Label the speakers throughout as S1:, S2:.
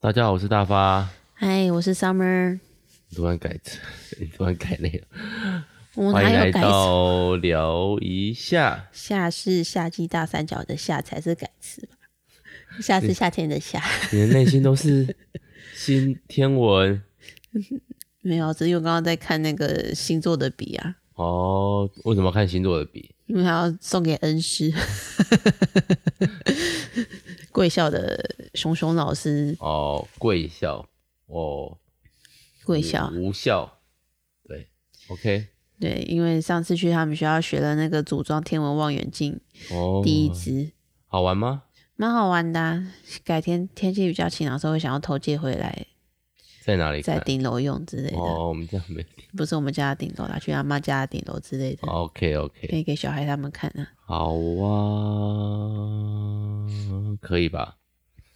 S1: 大家好，我是大发。
S2: 嗨，我是 Summer，
S1: 突然改， 突然改那个，
S2: 我
S1: 欢
S2: 哪
S1: 迎来
S2: 有改词？
S1: 到聊一下。
S2: 夏是夏季大三角的夏才是改词吧？夏是夏天的夏，
S1: 你的内心都是新天文
S2: 没有，只是我刚刚在看那个星座的笔啊，
S1: 哦。为什么要看星座的笔？
S2: 因为还要送给恩师， 贵校的熊熊老师，
S1: 哦，贵校哦，
S2: 贵校
S1: 无效。对，OK，
S2: 对，因为上次去他们学校学了那个组装天文望远镜
S1: 哦，
S2: 第一支，
S1: 好玩吗？
S2: 蛮好玩的啊、改天天气比较晴朗的时候，会想要偷借回来
S1: 在哪里
S2: 在
S1: 看？
S2: 顶楼用之类的。
S1: 哦，我们家没。
S2: 不是我们家的顶楼啦，去阿妈家的顶楼之类的，
S1: 哦 OK，OK，、
S2: 可以给小孩他们看啊。
S1: 好啊，可以吧？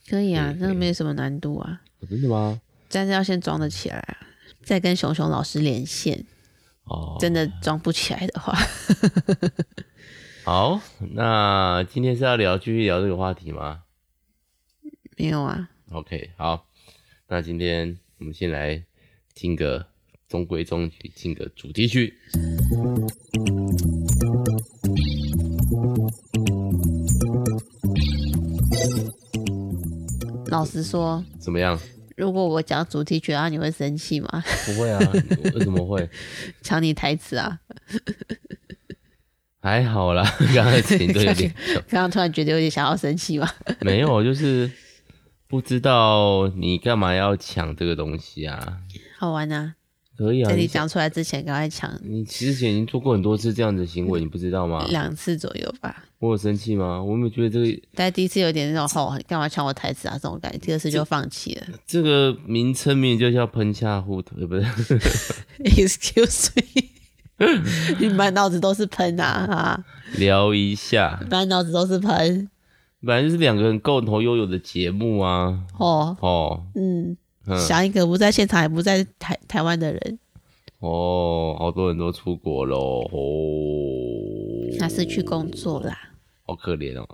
S2: 可以啊
S1: 可以，
S2: 那个没有什么难度啊，
S1: 哦真的吗？
S2: 但是要先装得起来啊。再跟熊熊老师连线，
S1: 哦，
S2: 真的装不起来的话，
S1: 好，那今天是要聊继续聊这个话题吗
S2: 没有啊。
S1: ？OK，好，那今天我们先来进个中规中矩，进个主题曲。
S2: 老实说，
S1: 怎么样？
S2: 如果我讲主题曲，然后你会生气吗？
S1: 不会啊，为什么会？
S2: 抢你台词啊！还
S1: 还好 啦，刚才前都有点
S2: 刚刚突然觉得有点想要生气嘛。
S1: 没有，就是不知道你干嘛要抢这个东西啊？
S2: 好玩啊！
S1: 可以啊，
S2: 在你
S1: 你
S2: 讲出来之前，赶快抢
S1: 你之前已经做过很多次这样的行
S2: 嗯
S1: 为，你不知道吗？
S2: 两次左右吧。
S1: 我有生气吗？我有没有觉得这个
S2: 但第一次有点那种吼，你干嘛抢我台词啊这种感觉，第二次就放弃了。
S1: 这个名称名就叫喷下户头，呃不是？
S2: Excuse me，你满脑子都是喷啊啊，
S1: 聊一下，
S2: 满脑子都是喷
S1: 本来就是两个人共同拥有的节目啊。
S2: 哦，
S1: 哦，
S2: 嗯，
S1: 嗯，
S2: 想一个不在现场也不在台台湾的人，
S1: 哦，好多人都出国喽，哦，
S2: 他是去工作啦，
S1: 好可怜哦。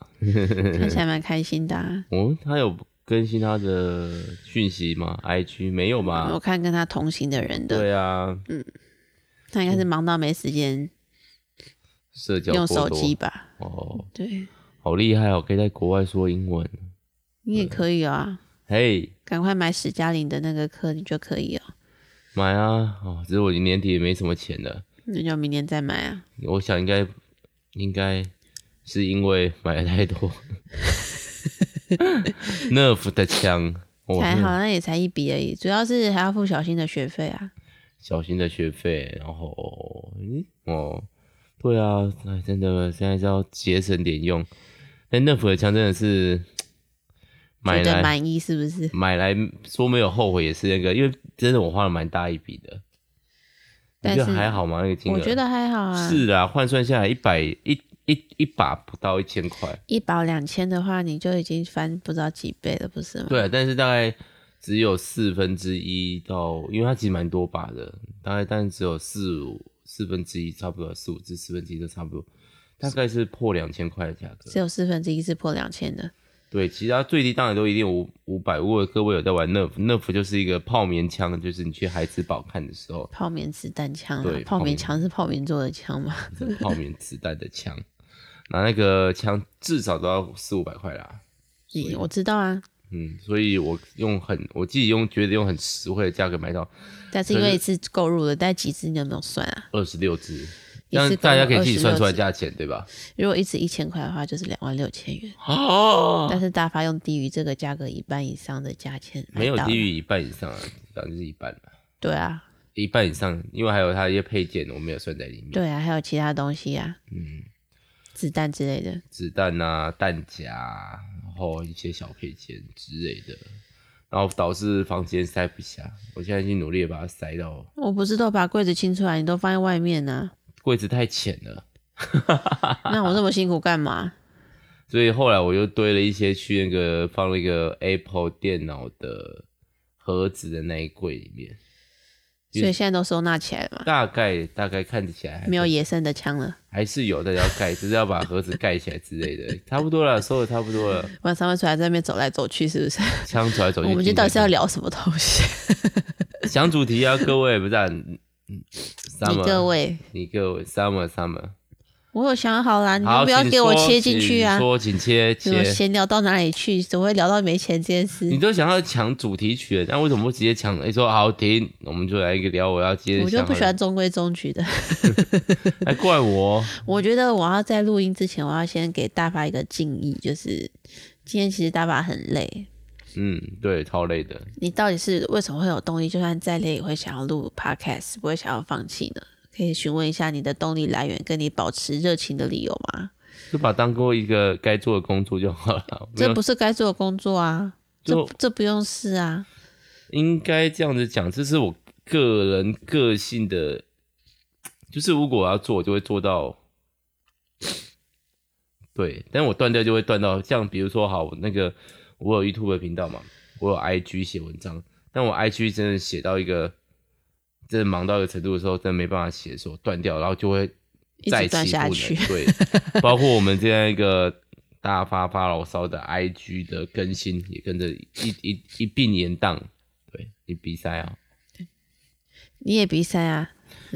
S2: 看起来蛮开心 的、啊。
S1: 哦，他有更新他的讯息吗？IG 没有
S2: 我
S1: 吧？
S2: 看跟他同行的人的，
S1: 啊
S2: 嗯
S1: 对啊，
S2: 他应该是忙到没时间
S1: 社交
S2: 用
S1: 过
S2: 手
S1: 嗯多
S2: 机吧？
S1: 哦，
S2: 对，
S1: 好厉害哦，可以在国外说英文。
S2: 你也可以啊，
S1: 嘿、
S2: 赶快买史嘉玲的那个课，你就可以哦。
S1: 买啊！哦，只是我年底也没什么钱了。
S2: 那就明年再买啊！
S1: 我想应该应该是因为买了太 多 nerf 的枪，我、
S2: 还好，那也才一笔而已，主要是还要付小新的学费啊。
S1: 小新的学费，然后嗯哦，对啊，哎真的现在是要节省点用。但 nerf 的枪真的是买
S2: 觉得
S1: 来
S2: 满意是不是？
S1: 买来说没有后悔也是那个，因为真的我花了蛮大一笔的。你
S2: 但
S1: 觉得
S2: 是
S1: 还好吗？那个金额
S2: 我觉得还好啊。
S1: 是啊，换算下来一百一一一把不到一千块，
S2: 一保两千的话，你就已经翻不知道几倍了，不是吗？
S1: 对，但是大概只有四分之一到，因为它其实蛮多把的，大概但只有四五四分之一差不多，四五至四分之一都差不多，大概是破两千块的价格
S2: 只。有四分之一是破两千的，
S1: 对，其他最低当然都一定五五百。如果各位有在玩 nerf，nerf 就是一个泡棉枪，就是你去海之堡看的时候，
S2: 泡棉子弹枪、啊
S1: 对，
S2: 泡
S1: 泡棉
S2: 棉枪是泡棉做的枪吗？
S1: 是泡棉子弹的枪，拿那个枪至少都要四五百块啦。
S2: 你我知道啊，
S1: 嗯，所以我用很我自己用觉得用很实惠的价格买到
S2: 但是因为是购入的，但几支你有没有算啊？
S1: 二十六支，
S2: 一次
S1: 让
S2: 购
S1: 大
S2: 入
S1: 家可以自己算出来
S2: 26
S1: 价钱，对吧？
S2: 如果一支一千块的话，就是两万六千元。
S1: 哦，
S2: 但是大发用低于这个价格一半以上的价钱买
S1: 没有
S2: 到
S1: 低
S2: 了
S1: 于一半以上啊，百分之一半啊
S2: 对啊，
S1: 一半以上，因为还有它一些配件我没有算在里面，
S2: 对啊，还有其他东西啊，嗯，子弹之类的，
S1: 子弹啊、弹夹啊，然后一些小配件之类的，然后导致房间塞不下，我现在已经努力地把它塞到
S2: 我不是都把柜子清出来，你都放在外 面呢、
S1: 柜子太浅了。
S2: 那我这么辛苦干嘛？
S1: 所以后来我又堆了一些去那个放了一个 Apple 电脑的盒子的那一柜里面，
S2: 所以现在都收纳起来了嘛，
S1: 大概大概看起来还
S2: 没有野生的枪了。
S1: 还是有，但是要盖，只是要把盒子盖起来之类的， 差不多了，收的差不多了，
S2: 晚上会出来在那边走来走去，是不是？
S1: 枪走 来走去。
S2: 我们
S1: 进
S2: 今天到
S1: 来
S2: 底是要聊什么东 西？
S1: 想主题啊，各位不是、啊，嗯
S2: 你
S1: ，summer，
S2: 各，位，
S1: 你各位，summer summer，
S2: 我有想好啦，你
S1: 好，
S2: 们不要
S1: 请
S2: 给我
S1: 说
S2: 切进去
S1: 请！
S2: 啊
S1: 说请切
S2: 怎么
S1: 切，
S2: 闲聊到哪里去？怎么会聊到没钱这件事
S1: 你？都想要抢主题曲了，那为什么不直接抢？你说好停，我们就来一个聊，我要接着
S2: 我就
S1: 想
S2: 不
S1: 好
S2: 喜
S1: 了
S2: 欢中规中 矩的。
S1: 还怪我，
S2: 我觉得我要在录音之前，我要先给大发一个敬意，就是今天其实大发很累。
S1: 嗯，对，超累的，
S2: 你到底是为什么会有动力？就算再累也会想要录 podcast，不会想要放弃呢？可以询问一下你的动力来源，跟你保持热情的理由吗？
S1: 就把它当做一个该做的工作就好了。 没
S2: 这
S1: 有
S2: 不是该做的工作啊，这
S1: 就
S2: 这不用试啊。
S1: 应该这样子讲，这是我个人个性的，就是如果我要做，我就会做到。对，但我断掉就会断到，像比如说，好，我那个我有 YouTube 的频道嘛，我有 IG 写文章，但我 IG 真的写到一个，真的忙到一个程度的时候，真的没办法写的时候断掉，然后就会
S2: 一直
S1: 再起
S2: 断下
S1: 不能
S2: 去
S1: 对，包括我们这样一个大发发牢骚的 IG 的更新，也跟着一一一并延宕。对你比赛啊，
S2: 你也鼻塞啊，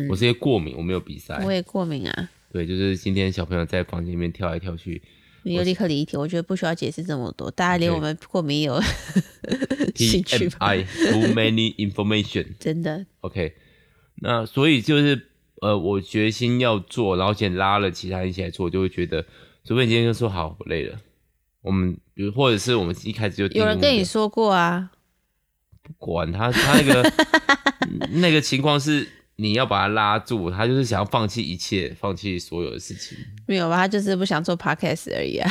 S1: 我是因为过敏，我没有比赛。
S2: 我也过敏啊。
S1: 对，就是今天小朋友在房间里面跳来跳去，
S2: 你就立刻离题，我觉得不需要解释这么多，大家连
S1: OK 哎
S2: 我们过敏也有 兴趣吧？
S1: TMI too many information。
S2: 真的，
S1: OK，那所以就是呃，我决心要做，然后先拉了其他人一起来做，我就会觉得，除非你今天就说好，我累了，我们比如或者是我们一开始就定
S2: 有人
S1: 目
S2: 跟你
S1: 标
S2: 说过啊，
S1: 管他，他那个 那个情况是你要把他拉住，他就是想要放弃一切，放弃所有的事情，
S2: 没有吧？他就是不想做 podcast 而已啊。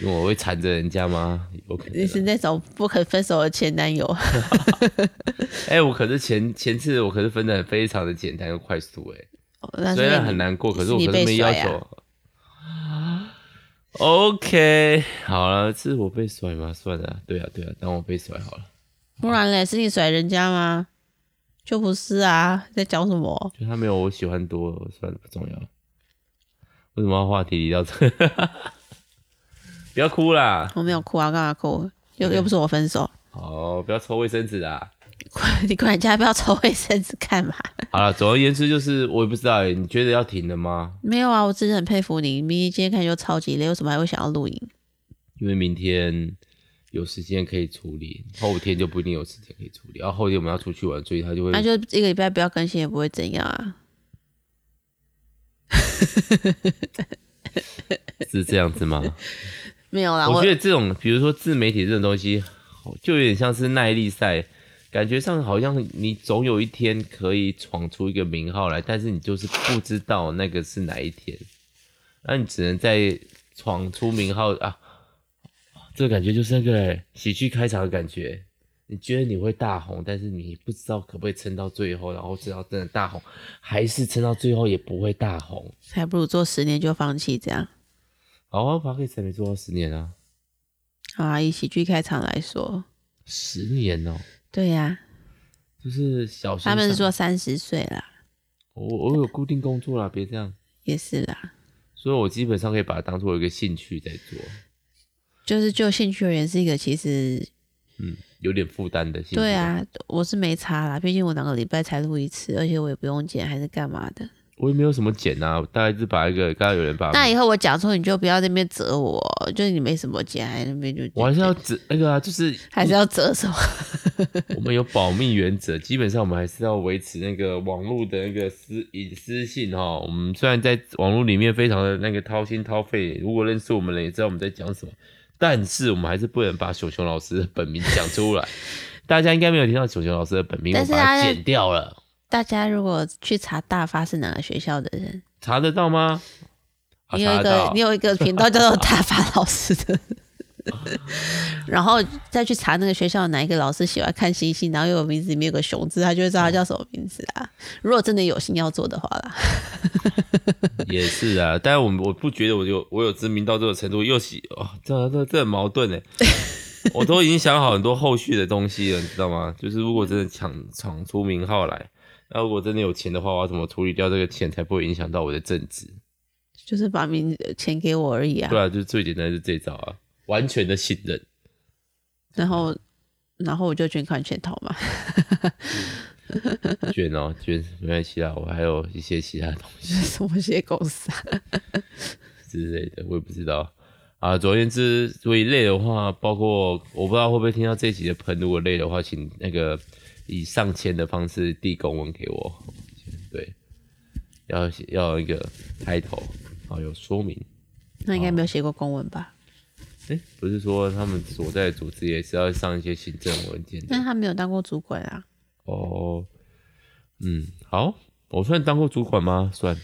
S1: 因为我会缠着人家吗？有可能
S2: 你
S1: 啊。
S2: 是那种不肯分手的前男友，
S1: 哎、我可是前前次我可是分的非常的简单又快速、
S2: 哦
S1: 哎，
S2: 那
S1: 虽
S2: 是
S1: 然
S2: 你
S1: 很难过，可
S2: 是
S1: 是我
S2: 你
S1: 可是
S2: 被
S1: 没要
S2: 甩啊
S1: 求。OK，好了，是我被甩吗？算了，对啊，对啊，当我被甩好了。
S2: 不然嘞，是你甩人家吗？就不是啊，在讲什么？
S1: 就他没有我喜欢多，算了，不重要。为什么要话题离到这？ 不要哭啦！
S2: 我没有哭啊，干嘛哭？又又不是我分手，
S1: 好，不要抽卫生纸啦。
S2: 你管人家不要抽卫生纸干嘛？
S1: 好了，总而言之就是，我也不知道、欸，你觉得要停了吗？
S2: 没有啊，我只是很佩服你，明明今天看起来就超级累，为什么还会想要录音？
S1: 因为明天有时间可以处理，后天就不一定有时间可以处理。然后后天我们要出去玩，所以他就会
S2: 那、啊就一个礼拜不要更新也不会怎样啊。
S1: 是这样子吗？
S2: 没有啦，
S1: 我
S2: 啊我
S1: 觉得这种，比如说自媒体这种东西，好就有点像是耐力赛，感觉上好像你总有一天可以闯出一个名号来，但是你就是不知道那个是哪一天，那你只能在闯出名号啊，这个感觉就是那个欸喜剧开场的感觉。你觉得你会大红，但是你不知道可不可以撑到最后，然后直到真的大红，还是撑到最后也不会大红。
S2: 还不如做十年就放弃这样。
S1: 好啊 p a r k e 才没做到十年啊，
S2: 好啊，以喜剧开场来说，
S1: 十年哦、
S2: 对呀、
S1: 就是小学
S2: 他们
S1: 上
S2: 说三十岁啦，
S1: 我我有固定工作啦，别这样。
S2: 也是啦，
S1: 所以我基本上可以把它当做一个兴趣在做，
S2: 就是就兴趣而言是一个其实
S1: 嗯，有点负担的兴趣。
S2: 对，啊，我是没差啦，毕竟我两个礼拜才录一次，而且我也不用剪还是干嘛的。
S1: 我也没有什么剪啊，大概是把一个刚刚有人把，
S2: 那以后我讲错你就不要在那边责我，就是你没什么剪，还在那边就
S1: 我还是要只那个啊，就是
S2: 还是要责什么？
S1: 我们有保密原则，基本上我们还是要维持那个网络的那个私隐私性哈。我们虽然在网络里面非常的那个掏心掏肺，如果认识我们的人也知道我们在讲什么，但是我们还是不能把熊熊老师的本名讲出来。大家应该没有听到熊熊老师的本名，
S2: 但
S1: 我
S2: 是
S1: 把它
S2: 他在
S1: 剪掉了，
S2: 大家如果去查大发是哪个学校的人，
S1: 查得到吗？啊
S2: 你有
S1: 查得
S2: 一个
S1: 到
S2: 你有一个频道叫做大发老师的， 然后再去查那个学校哪一个老师喜欢看星星，然后又有名字里面有个熊字，他就会
S1: 嗯
S2: 知道他叫什么名字啊。如果真的有心要做的话啦，
S1: 也是啊，但是我我不觉得我有我有知名到这个程度，又喜哦，这这这很矛盾哎。我都已经想好很多后续的东西了，你知道吗？就是如果真的抢闯出名号来，那如果真的有钱的话，我要怎么处理掉这个钱，才不会影响到我的正职？
S2: 就是把名字钱给我而已啊
S1: 对。啊，就是最简单是这一招啊，完全的信任。
S2: 然后，然后我就捐款潜逃嘛。
S1: 卷哦，卷没关系啦，我还有一些其他东西
S2: 什么些公司啊？
S1: 之类的，我也不知道。啊，总而言之，如果累的话，包括我不知道会不会听到这一集的喷，如果累的话，请那个以上千的方式递公文给我。对，要要有一个开头，好有说明。
S2: 那应该
S1: 哦
S2: 没有写过公文吧？
S1: 哎、不是说他们所在的组织也是要上一些行政文件的
S2: 但他没有当过主管啊。
S1: 哦。嗯，好，我算当过主管吗？算。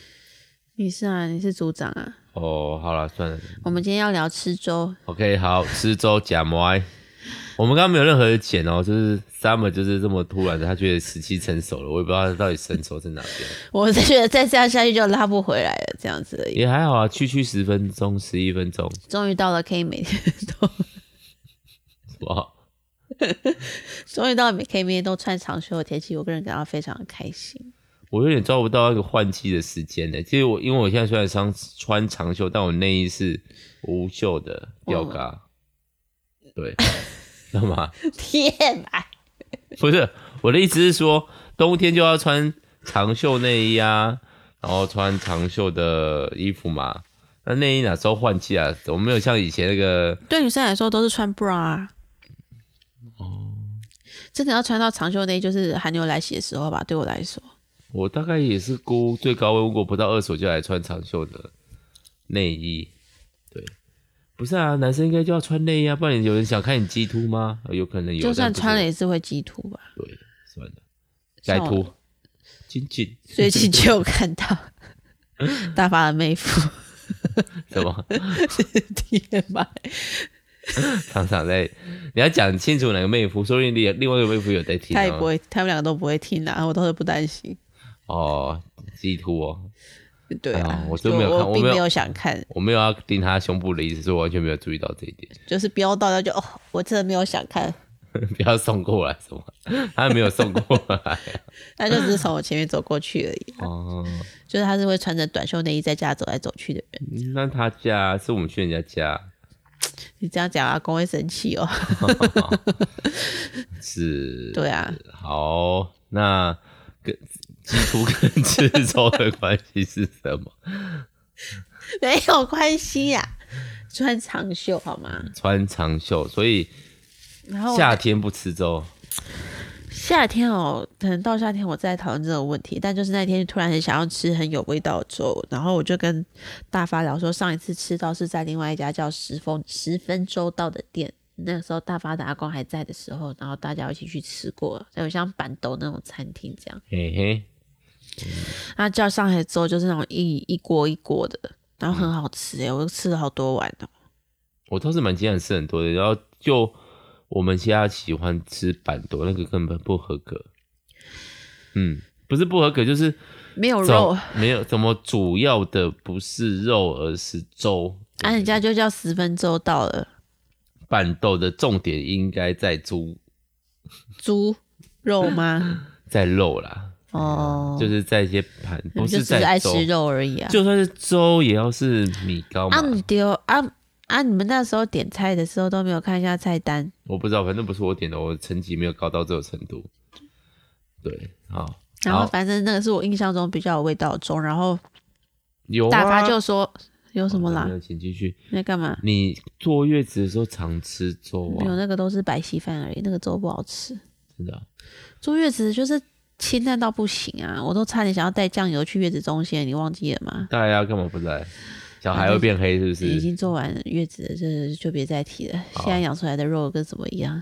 S2: 你是啊，你是组长啊。
S1: 哦，好了，算了。
S2: 我们今天要聊吃粥，
S1: OK，好，吃粥假馍。哎我们刚刚没有任何的剪哦，就是 Summer 就是这么突然的，他觉得时机成熟了，我也不知道他到底成熟在哪边。
S2: 我是觉得再这样下去就拉不回来了，这样子而已。
S1: 也还好啊，区区十分钟、十一分钟，
S2: 终于到了可以每天 都，
S1: 哇，
S2: 终于到了可以每天都穿长袖的天气，我个人感到非常的开心。
S1: 我有点抓不到那个换季的时间呢。其实我因为我现在虽然穿穿长袖，但我内衣是无袖的吊嘎，对，知道吗？
S2: 天哪！
S1: 不是我的意思是说，冬天就要穿长袖内衣啊，然后穿长袖的衣服嘛。那内衣哪时候换季啊？我们没有像以前那个
S2: 对女生来说都是穿 bra 啊。
S1: 哦
S2: 真的要穿到长袖内衣，就是寒流来袭的时候吧。对我来说，
S1: 我大概也是估最高温，如果不到二手就来穿长袖的内衣。对，不是啊，男生应该就要穿内衣啊，不然有人想看你鸡突吗？呃有可能有，
S2: 就算
S1: 但不是
S2: 穿了也是会激突吧。
S1: 对，算了，
S2: 像
S1: 改
S2: 我
S1: 突，紧紧
S2: 最近就有看到大发的妹夫
S1: 什么？
S2: 天吧，
S1: 常常在，你要讲清楚哪个妹夫，说不定另另外一个妹夫有在听、
S2: 他也
S1: 啊
S2: 不。会，他们两个都不会听啦、我倒是不担心。
S1: 哦，鸡突哦，
S2: 对
S1: 哎
S2: 啊
S1: 呀，我
S2: 就
S1: 真没有看
S2: 我
S1: 我
S2: 并
S1: 没有
S2: 没有想看，
S1: 我没有要盯他胸部的意思，所以我完全没有注意到这一点。
S2: 就是飙到他就哦，我真的没有想看，
S1: 不要送过来什么，他没有送过来。
S2: 他就只是从我前面走过去而 已。
S1: 哦，
S2: 就是他是会穿着短袖内衣在家走来走去的人。
S1: 那他家是我们去人家家，
S2: 你这样讲，阿公会生气哦。
S1: 是
S2: 对啊，
S1: 好，那跟鸡突跟吃粥的关系是什么？
S2: 没有关系呀、穿长袖好吗？
S1: 穿长袖，所以
S2: 然后
S1: 夏天不吃粥。
S2: 夏天哦，可能到夏天我再讨论这个问题。但就是那天突然很想要吃很有味道的粥，然后我就跟大发聊说，上一次吃到是在另外一家叫十分十分粥到的店。那个时候大发的阿公还在的时候，然后大家一起去吃过，有像板豆那种餐厅这样。
S1: 嘿嘿，
S2: 那叫上海粥就是那种一一锅一锅的，然后很好吃诶、我吃了好多碗哦。
S1: 我倒是蛮经常吃很多的，然后就我们家喜欢吃板豆，那个根本不合格。嗯，不是不合格，就是
S2: 没有
S1: 怎
S2: 肉，
S1: 没有怎么主要的不是肉，而是粥。
S2: 啊，人家就叫十分粥到了，
S1: 板豆的重点应该在猪，
S2: 猪肉吗？
S1: 在肉啦，
S2: 哦，
S1: 就是在一些盘，
S2: 你
S1: 不
S2: 就是只是
S1: 在
S2: 爱
S1: 粥。
S2: 吃肉而已啊。
S1: 就算是粥，也要是米糕嘛
S2: 啊，。你丢啊啊！你们那时候点菜的时候都没有看一下菜单，
S1: 我不知道，反正不是我点的，我成绩没有高到这种程度。对，好，
S2: 然后
S1: 好
S2: 反正那个是我印象中比较有味道的粥。然后
S1: 有
S2: 大发
S1: 啊
S2: 就说有什么啦
S1: 没？有，啊请继续。
S2: 你在干嘛？
S1: 你坐月子的时候常吃粥
S2: 没有，
S1: 啊？
S2: 那个都是白稀饭而已，那个粥不好吃。
S1: 真的啊、
S2: 坐月子就是清淡到不行啊！我都差点想要带酱油去月子中心了，你忘记了吗？
S1: 大家干嘛不来？小孩会变黑是不
S2: 已
S1: 是？
S2: 经做完月子了，这就别再提了。
S1: 好
S2: 现在养出来的肉跟什么一样？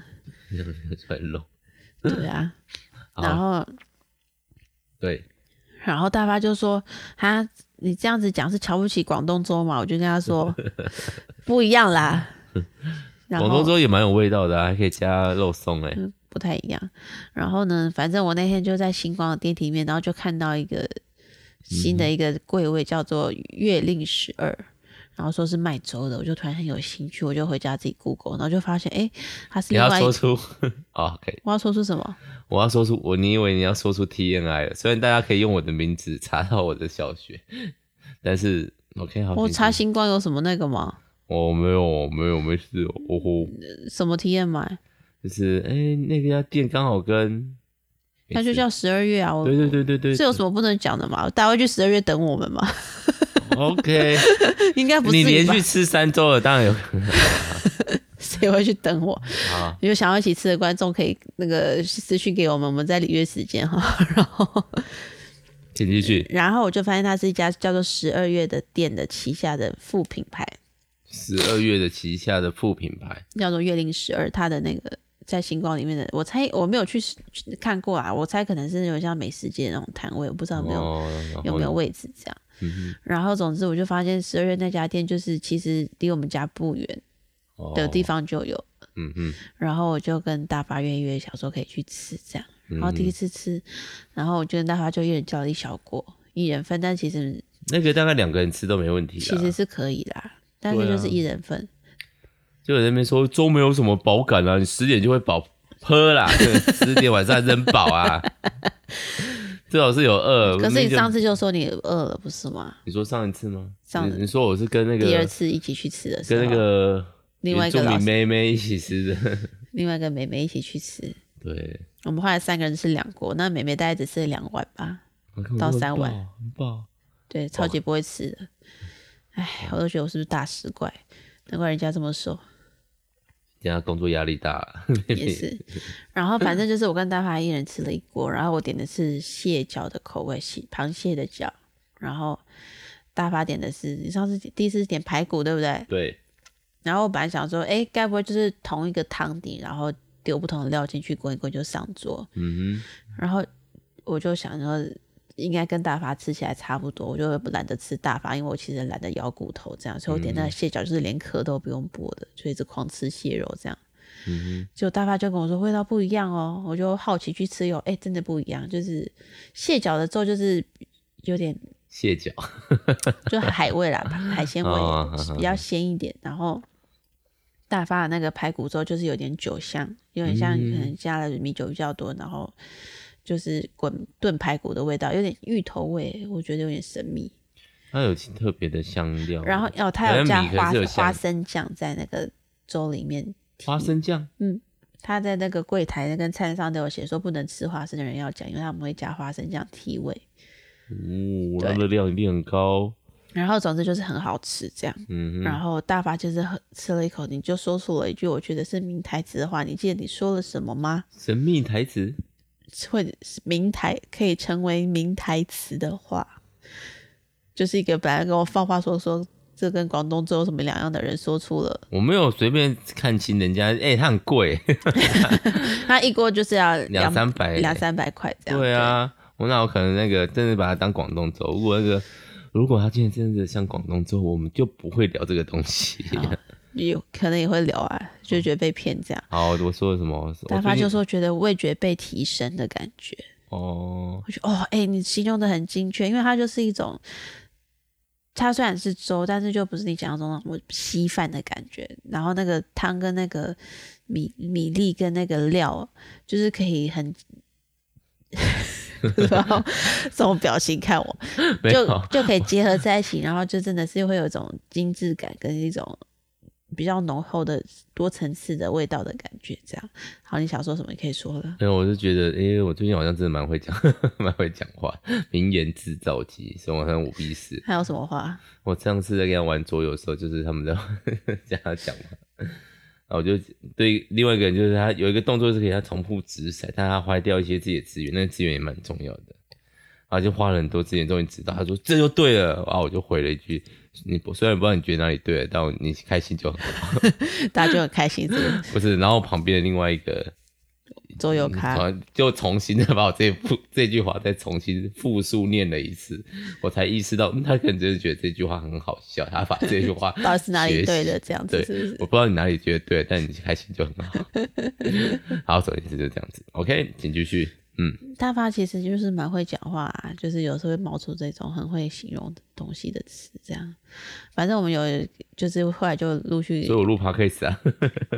S1: 出来弄。
S2: 对啊，然
S1: 好，
S2: 后
S1: 对，
S2: 然后大发就说：“哈，你这样子讲是瞧不起广东粥嘛？”我就跟 他说：“不一样啦。”然
S1: 广东
S2: 后嗯
S1: 粥也蛮有味道的、啊，还可以加肉松哎、
S2: 不太一样。然后呢，反正我那天就在星光的电梯里面，然
S1: 嗯
S2: 后就看到一个新的一个柜位，叫做月令十二。然后说是卖粥的，我就突然很有兴趣，我就回家自己 Google，然后就发现，哎，它是
S1: 你
S2: 另
S1: 要
S2: 外一
S1: 说出哦，可以。
S2: 我要说出什么？
S1: 我要说出我，你以为你要说出 TNI 了？虽然大家可以用我的名字查到我的小学，但是 OK 好，
S2: 我
S1: 没事
S2: 查星光有什么那个吗？
S1: 我哦没有我没有没事，哦吼，
S2: 什么体验买？
S1: 就是哎、那个店刚好跟，
S2: 那就叫十二月啊！我
S1: 对对对对对，
S2: 是有什么不能讲的嘛？大家会去十二月等我们吗？
S1: OK，
S2: 应该不至
S1: 你连
S2: 于吧
S1: 续？吃三周了，当然有可能
S2: 谁会去等我？
S1: 啊。
S2: 有想要一起吃的观众可以那个私讯给我们，我们再里约时间哈。 然后，
S1: 请继续，
S2: 然后我就发现它是一家叫做十二月的店的旗下的副品牌，
S1: 十二月的旗下的副品牌，
S2: 叫做月令十二，它的那个。在星光里面的，我猜我没有去去看过啊，我猜可能是有像美食街那种摊位，我不知道啊有没有、
S1: 哦，然后
S2: 有没有
S1: 呢？
S2: 位置这样。
S1: 嗯
S2: 然后总之我就发现十二月那家店就是其实离我们家不远
S1: 哼
S2: 的地
S1: 哦
S2: 方就有，
S1: 嗯嗯，
S2: 然后我就跟大发约一约，想说可以去吃这样。然后
S1: 嗯
S2: 第一次吃，然后我就跟大发就一人叫了一小锅，一人份，但其实
S1: 那个大概两个人吃都没问题
S2: 其
S1: 啦。
S2: 实是可以啦，但是
S1: 对啊
S2: 就是一人份。
S1: 就有人在那边说粥没有什么饱感啊，你十点就会饱，喝 啦，十点晚上扔饱啊，最好是有饿。
S2: 可是你
S1: 那就
S2: 上次就说你饿了，不是吗？
S1: 你说上一次吗？
S2: 上
S1: 你你说我是跟那
S2: 第二
S1: 个
S2: 次一起去吃的时候，
S1: 啊跟那个
S2: 另外一
S1: 原
S2: 个
S1: 住
S2: 老
S1: 民
S2: 师
S1: 妹妹一起吃 的，
S2: 另外一个妹妹一起去吃，
S1: 对，
S2: 我们后来三个人吃两锅，那妹妹大概只吃了两碗吧，
S1: 我看我
S2: 到
S1: 都
S2: 三
S1: 很
S2: 碗
S1: 饱，很饱。
S2: 对，超级不会吃的。哎，我都觉得我是不是大食怪，难怪人家这么说。
S1: 人家工作压力大，
S2: 也是。然后反正就是我跟大发一人吃了一锅，然后我点的是蟹脚的口味，蟹螃蟹的脚，然后大发点的是你上次第一次点排骨对不对？
S1: 对，
S2: 然后我本来想说，哎，该不会就是同一个汤底，然后丢不同的料进去滚一滚就上桌？
S1: 嗯
S2: 然后我就想说。应该跟大发吃起来差不多，我就懒得吃大发，因为我其实懒得咬骨头这样，所以我点
S1: 嗯
S2: 那个蟹脚就是连壳都不用剥的，就一直狂吃蟹肉这样。
S1: 哼，嗯
S2: 就大发就跟我说味道不一样哦，我就好奇去吃哟，哎、真的不一样，就是蟹脚的粥就是有点
S1: 哼，蟹脚，
S2: 就海味啦，海鲜味
S1: 哦哦哦
S2: 比较鲜一点，然后大发的那个排骨粥就是有点酒香，有点像
S1: 嗯
S2: 可能加了米酒比较多，然后就是滚炖排骨的味道，有点芋头味，我觉得有点神秘。
S1: 它有特别的香料，
S2: 然后哦，它有
S1: 好像
S2: 加
S1: 米可
S2: 花
S1: 是有香
S2: 花生酱在那个粥里面
S1: 花生酱，
S2: 他在那个柜台那跟菜单上都有写说不能吃花生的人要讲，因为他们会加花生酱提味。
S1: 哦，
S2: 对
S1: 那热量一定很高，
S2: 然后总之就是很好吃这样。
S1: 嗯
S2: 然
S1: 哼，
S2: 后大发就是喝吃了一口，你就说出了一句我觉得是名台词的话，你记得你说了什么吗？
S1: 神秘台词，
S2: 会名台可以成为名台词的话，就是一个本来跟我放话说说这跟广东粥有什么两样的人说出了，
S1: 我没有随便看清人家，哎，它很贵，
S2: 他一锅就是要
S1: 两三百
S2: 两三百块这样。
S1: 对啊，我哪有可能那个真的把它当广东粥？如果那个如果它今天真的像广东粥，我们就不会聊这个东西。
S2: 对，也可能也会聊啊，就觉得被骗这样。
S1: 好，我说了什么？嗯
S2: 大
S1: 我
S2: 发
S1: 最近
S2: 就说觉得味觉被提升的感觉，
S1: 哦，
S2: 我觉得哦，哎、你形容的很精确，因为它就是一种，它虽然是粥，但是就不是你想象中那种稀饭的感觉。然后那个汤跟那个米米粒跟那个料，就是可 以很，然后这种表情看我，
S1: 没
S2: 就
S1: 有，
S2: 就可以结合在一起，然后就真的是会有一种精致感跟一种比较浓厚的多层次的味道的感觉。这样，好，你想说什么？你可以说了。
S1: 没有，我就觉得，哎、我最近好像真的蛮会讲， 蛮会讲话，名言制造机，所以我好像五必死。
S2: 还有什么话？
S1: 我上次在跟他玩桌游的时候，就是他们 在这样讲话，然后我就对另外一个人，就是他有一个动作是给他重复掷骰，但他花掉一些自己的资源，那个资源也蛮重要的，然后就花了很多资源，终于知道，他说这就对了，然后我就回了一句，你虽然不知道你觉得哪里对了，但我你开心就好，
S2: 大家就很开心，这个
S1: 不是，然后旁边的另外一个
S2: 桌游卡。
S1: 嗯好就重新 的把我这复这句话再重新复述念了一次，我才意识到，嗯，他可能真的觉得这句话很好笑，他把这句话
S2: 到底是哪里
S1: 学习
S2: 对的？这样子
S1: 对
S2: 是不是？
S1: 我不知道你哪里觉得对，但你开心就很好。好，总而言之就这样子。OK，请继续。嗯，
S2: 大发其实就是蛮会讲话、啊，就是有时候会冒出这种很会形容东西的词，这样。反正我们有，就是后来就陆续
S1: 所以我录 podcast 啊，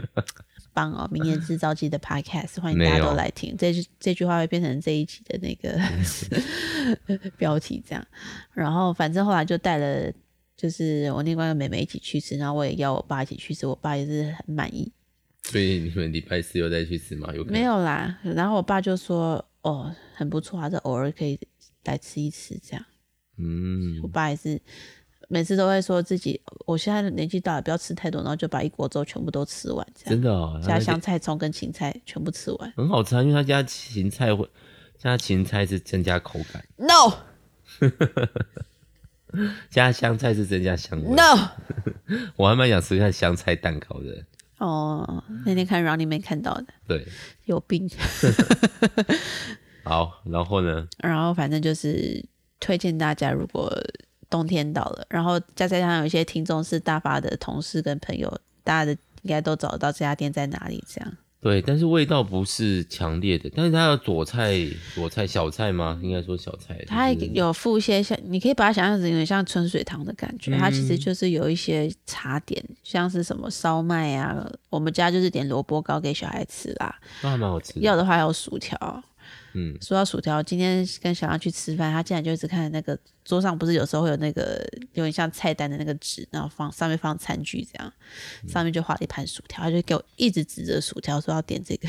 S2: 帮哦，明年制造机的 podcast，欢迎
S1: 没有
S2: 大
S1: 嗯
S2: 家都来听。这句这句话会变成这一期的那 个标题，这样。然后反正后来就带了，就是我另外一个妹妹一起去吃，然后我也邀我爸一起去吃，我爸也是很满意。
S1: 所以你们礼拜四又再去吃吗？有可能
S2: 没有啦，然后我爸就说：“哦，很不错啊，这偶尔可以来吃一吃这样。”
S1: 嗯
S2: 我，爸也是每次都会说自己，我现在年纪大了，不要吃太多，然后就把一锅粥全部都吃完，这
S1: 真
S2: 样
S1: 的哦，他
S2: 加
S1: 那
S2: 香
S1: 个
S2: 菜、葱跟芹菜全部吃完。
S1: 很好吃啊，因为他加芹菜会加芹菜是增加口感，
S2: No
S1: 加香菜是增加香味。
S2: No，
S1: 我还蛮想吃看香菜蛋糕的，
S2: 哦，那天看 Running Man 看到的
S1: 对，
S2: 有病，
S1: 好，然后呢？
S2: 然后反正就是推荐大家，如果冬天到了，然后再加上有一些听众是大发的同事跟朋友，大家的应该都找得到这家店在哪里这样。
S1: 对，但是味道不是强烈的，但是它有佐菜、佐菜、小菜吗？应该说小菜，
S2: 它
S1: 就是
S2: 有附一些像，你可以把它想象成有点像春水堂的感觉。它其实
S1: 嗯
S2: 就是有一些茶点，像是什么烧麦啊，我们家就是点萝卜糕给小孩吃啦。
S1: 那还蛮好吃的。
S2: 要的话还有薯条。
S1: 嗯，
S2: 说到薯条，今天跟小杨去吃饭，他竟然就一直看那个桌上，不是有时候会有那个有点像菜单的那个纸，然后放上面放餐具这样，
S1: 嗯
S2: 上面就画了一盘薯条，他就给我一直指着薯条说要点这个。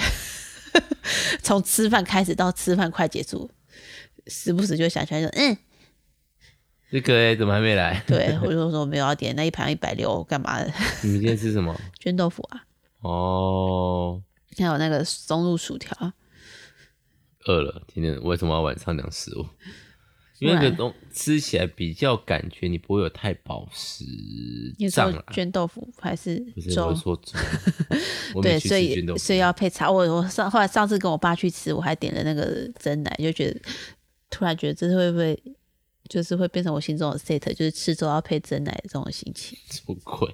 S2: 从吃饭开始到吃饭快结束，时不时就想起来说嗯，
S1: 这个哎、怎么还没来？
S2: 对，我就说我没有要点那一盘一百六，干嘛的？
S1: 你们今天吃什么？
S2: 卷豆腐啊，
S1: 哦，
S2: 还有那个松露薯条啊，
S1: 饿了。今天为什么要晚上讲食物？
S2: 不
S1: 因为那
S2: 然
S1: 个东吃起来比较感觉你不会有太饱食
S2: 你说
S1: 胀啦。
S2: 卷豆腐还是
S1: 不是，
S2: 粥
S1: 我？说 粥。我
S2: 对，
S1: 每去
S2: 所
S1: 吃菌
S2: 以
S1: 都
S2: 所以要配茶。我我上后来上次跟我爸去吃，我还点了那个蒸奶，就觉得突然觉得这是会不会就是会变成我心中的 set，就是吃粥要配蒸奶的这种心情。
S1: 什么鬼？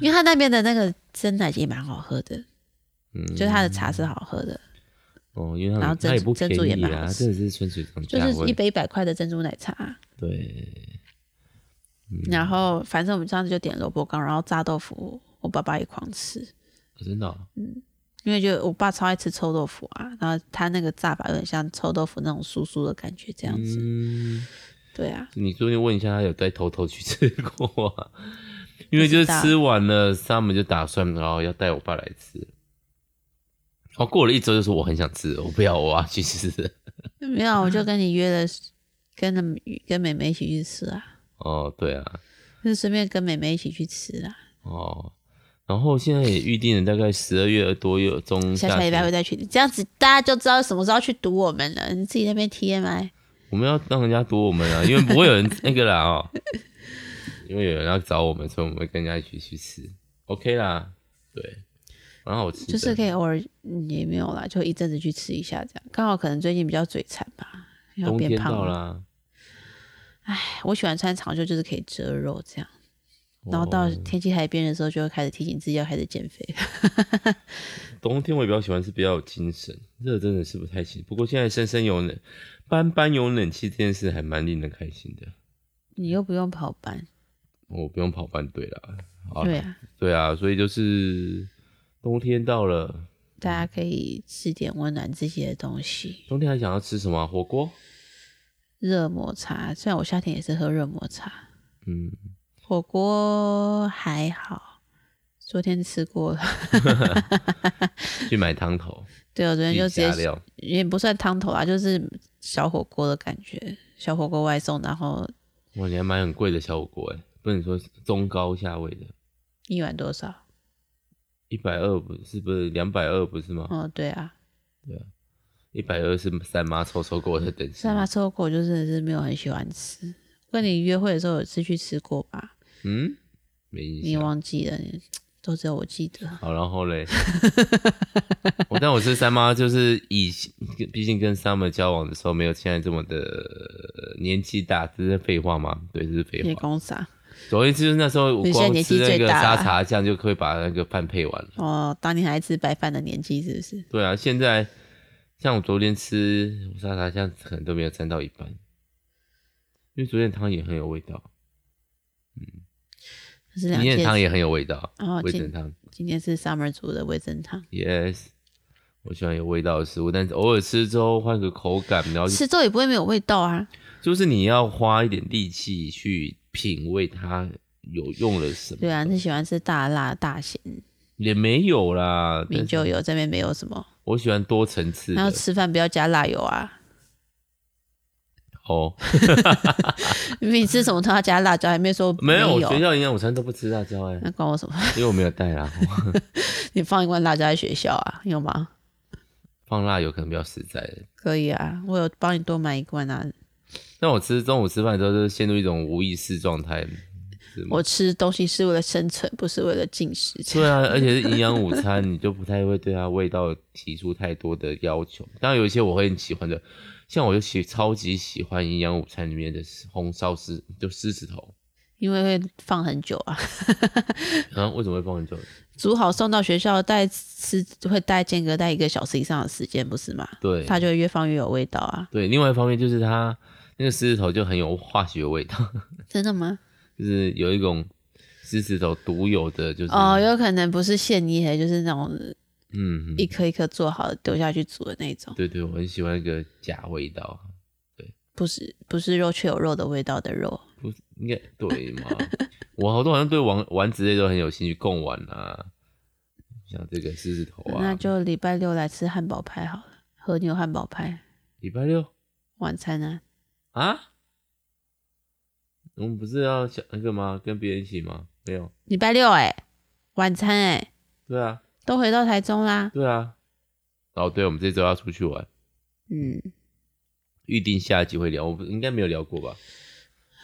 S2: 因为他那边的那个蒸奶也蛮好喝的，
S1: 嗯，
S2: 就是他的茶是好喝的，
S1: 哦，因为
S2: 然
S1: 它
S2: 后
S1: 它也
S2: 珍
S1: 不
S2: 珍
S1: 便
S2: 珠也
S1: 宜
S2: 蛮好
S1: 啊，真
S2: 吃
S1: 的是春水堂
S2: 就
S1: 价
S2: 是一
S1: 位。
S2: 杯一百块的珍珠奶茶啊、
S1: 对，
S2: 然后反正我们上次就点萝卜糕，然后炸豆腐，我爸爸也狂吃，
S1: 哦真的哦
S2: 因为就我爸超爱吃臭豆腐啊，然后他那个炸法有点像臭豆腐那种酥酥的感觉，这样子。
S1: 嗯，
S2: 对啊，
S1: 你昨天问一下，他有在偷偷去吃过啊？ 因为就是
S2: 不知道
S1: 吃完了，他们就打算然后要带我爸来吃。然后过了一周，就说我很想吃，我不要，我要去吃。
S2: 没有，我就跟你约了，跟他们跟妹妹一起去吃啊，
S1: 哦，对啊，
S2: 就是随便跟妹妹一起去吃啊。
S1: 哦，然后现在也预定了，大概十二月多月中
S2: 下
S1: 下
S2: 下礼拜
S1: 旬
S2: 会再去，这样子大家就知道什么时候去堵我们了。你自己那边 TMI，
S1: 我们要让人家躲我们啊，因为不会有人那个啦哦， 因为有人要找我们，所以我们会跟人家一起去吃，OK 啦，对，蛮好吃的，
S2: 就是可以偶尔嗯也没有啦，就一阵子去吃一下这样。刚好可能最近比较嘴馋吧，要
S1: 冬
S2: 变
S1: 天
S2: 胖啊
S1: 到啦，
S2: 我喜欢穿长袖，就是可以遮肉这样。然后到
S1: 哦
S2: 天气海边的时候，就会开始提醒自己要开始减 肥。
S1: 冬天我也比较喜欢是比较有精神，热真的是不太行，不过现在深深有冷，班班有冷气这件事还蛮令人开心的，哦
S2: 你又不用跑班，
S1: 我不用跑班队啦，好啦
S2: 对啊，
S1: 对啊，所以就是冬天到了，
S2: 大家可以吃点温暖自己的东西。
S1: 冬天还想要吃什么啊、火锅？
S2: 热抹茶，虽然我夏天也是喝热抹茶，
S1: 嗯，
S2: 火锅还好，昨天吃过了。
S1: 去买汤 头，
S2: 对，我昨嗯天就
S1: 去
S2: 直接
S1: 加料。
S2: 也不算汤头啊，就是小火锅的感觉，小火锅外送，然后
S1: 哇，你还买很贵的小火锅哎，不能说是中高价位的，
S2: 一碗多少？
S1: 一百二不是不是两百二不是吗？
S2: 哦，对
S1: 嗯
S2: 啊，
S1: 一百二是三妈抽抽过的等级。
S2: 三妈臭锅我就真的是没有很喜欢吃。跟你约会的时候有次去吃过吧？
S1: 嗯，没印
S2: 你
S1: 象。
S2: 忘记了，你都只有我记得。
S1: 好，然后嘞，我但我吃三妈就是以，毕竟跟 Summer 交往的时候没有现在这么的呃年纪大，这是废话吗？对，这是废
S2: 你
S1: 话。
S2: 公啊啥？
S1: 总而言之，就是那时候我
S2: 你现在
S1: 光
S2: 年纪
S1: 吃那
S2: 最
S1: 个
S2: 大
S1: 沙
S2: 了
S1: 茶酱就可以把那个饭配完了。
S2: 哦，当年还吃白饭的年纪是不是？
S1: 对啊，现在像我昨天吃我沙茶酱，可能都没有沾到一半，因为昨天汤也很有味道，
S2: 就是
S1: 今
S2: 两
S1: 天的汤
S2: 天。
S1: 也很有味道，
S2: 哦
S1: 味
S2: 今
S1: 噌汤。
S2: 今天是 summer 煮的味噌汤，
S1: Yes，我喜欢有味道的食物，但是偶尔吃之后换个口感，然后就
S2: 吃粥也不会没有味道啊。
S1: 就是你要花一点力气去品味它有用了什么。
S2: 对啊，是喜欢吃大辣大咸，
S1: 也没有啦，
S2: 明
S1: 但是
S2: 就有这边没有什么。
S1: 我喜欢多层次
S2: 然后
S1: 的
S2: 吃饭不要加辣油啊，
S1: 哦。
S2: 你吃什么都要加辣椒，还没说
S1: 没有，
S2: 有嗯
S1: 我学校营养午餐都不吃辣椒哎、
S2: 那关我什么？
S1: 因为我没有带啦。哦
S2: 你放一罐辣椒在学校啊，有吗？
S1: 放辣油可能比较实在。
S2: 可以啊，我有帮你多买一罐
S1: 嗯
S2: 啊。
S1: 但我吃中午吃饭的时候，就是陷入一种无意识状 态。是吗
S2: 我吃东西是为了生存，不是为了进食。
S1: 对啊，而且是营养午餐，你就不太会对它味道提出太多的要求。当然，有一些我会很喜欢的，像我就喜超级喜欢营养午餐里面的红烧狮，就狮子头。
S2: 因为会放很久啊，
S1: 然啊后为什么会放很久？
S2: 煮好送到学校，带吃会带间隔带一个小时以上的时间，不是吗？
S1: 对，
S2: 它就会越放越有味道啊。
S1: 对。另外一方面就是它那个狮子头就很有化学味道，
S2: 真的吗？
S1: 就是有一种狮子头独有的，就是、
S2: 哦，有可能不是现捏，就是那种
S1: 嗯，
S2: 一颗一颗做好的丢下去煮的那种，
S1: 对对，我很喜欢那个假味道，
S2: 不是不是肉却有肉的味道的肉。
S1: 不应该对嘛？我好多好像对玩玩之类都很有兴趣，贡丸啊，像这个狮子头啊，
S2: 那就礼拜六来吃汉堡派好了，和牛汉堡派
S1: 礼拜六
S2: 晚餐啊。
S1: 啊，我们不是要想那个吗？跟别人一起吗？没有，
S2: 礼拜六哎、晚餐哎、
S1: 对啊，
S2: 都回到台中啦。
S1: 对啊，哦，对，我们这周要出去玩，
S2: 嗯，
S1: 预定下一集会聊，我不应该没有聊过吧？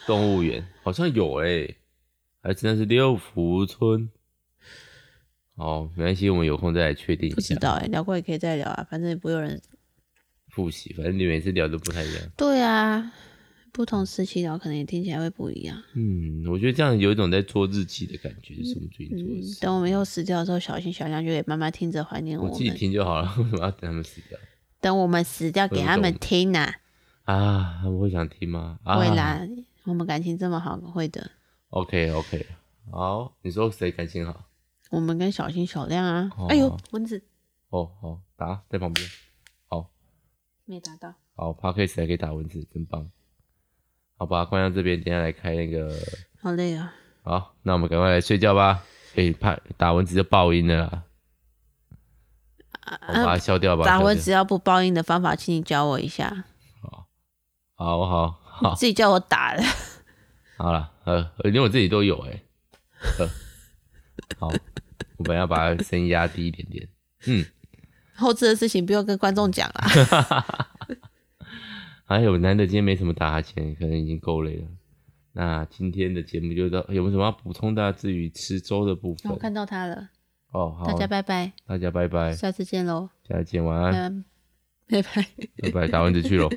S1: 动物园好像有哎、还真的是六福村。哦，没关系，我们有空再来确定
S2: 不
S1: 一
S2: 知
S1: 下
S2: 道哎、聊过也可以再聊啊，反正也不会有人。
S1: 复习，反正你每次聊都不太一样。
S2: 对啊，不同时期聊可能也听起来会不一样。
S1: 嗯，我觉得这样有一种在做日记的感觉，就是我们最近做的
S2: 嗯，
S1: 事。
S2: 等我们以后死掉的时候，小新小亮就给妈妈听着怀念
S1: 我
S2: 我
S1: 自己
S2: 们。
S1: 听就好了，为 什么要等他们死掉
S2: 等我们死掉，给他们听呐、
S1: 啊？他们会想听吗？
S2: 啊。
S1: 啊，
S2: 会啦，我们感情这么好，会的。
S1: OK OK，好，你说谁感情好？
S2: 我们跟小新小亮啊，
S1: 哦
S2: 哎呦，蚊子
S1: 哦，好，打在旁边，好
S2: 没打到。
S1: 好 p a r k e 还可以打文字，真棒。好吧，关掉这边，等一下来开那个。
S2: 好累啊！
S1: 好，那我们赶快来睡觉吧。哎、怕打文字就爆音了啦，我把它消掉吧。
S2: 呃打
S1: 消
S2: 蚊
S1: 掉
S2: 只要不报应的方法，请你教我一下。
S1: 好好好，
S2: 自己叫我打的，
S1: 好了，呃，连我自己都有哎、呃，好，我本来要把它声音压低一点点。
S2: 后置的事情不用跟观众讲啦。
S1: 还有，哎难得今天没什么打哈欠，可能已经够累了。那今天的节目就到，有没有什么要补充的啊、至于吃粥的部分
S2: 我，看到他了，
S1: 哦，好，
S2: 大家拜拜，
S1: 大家拜拜，
S2: 下次见喽，
S1: 下次见，晚安，
S2: 嗯，拜拜。
S1: 拜拜，打蚊子去喽。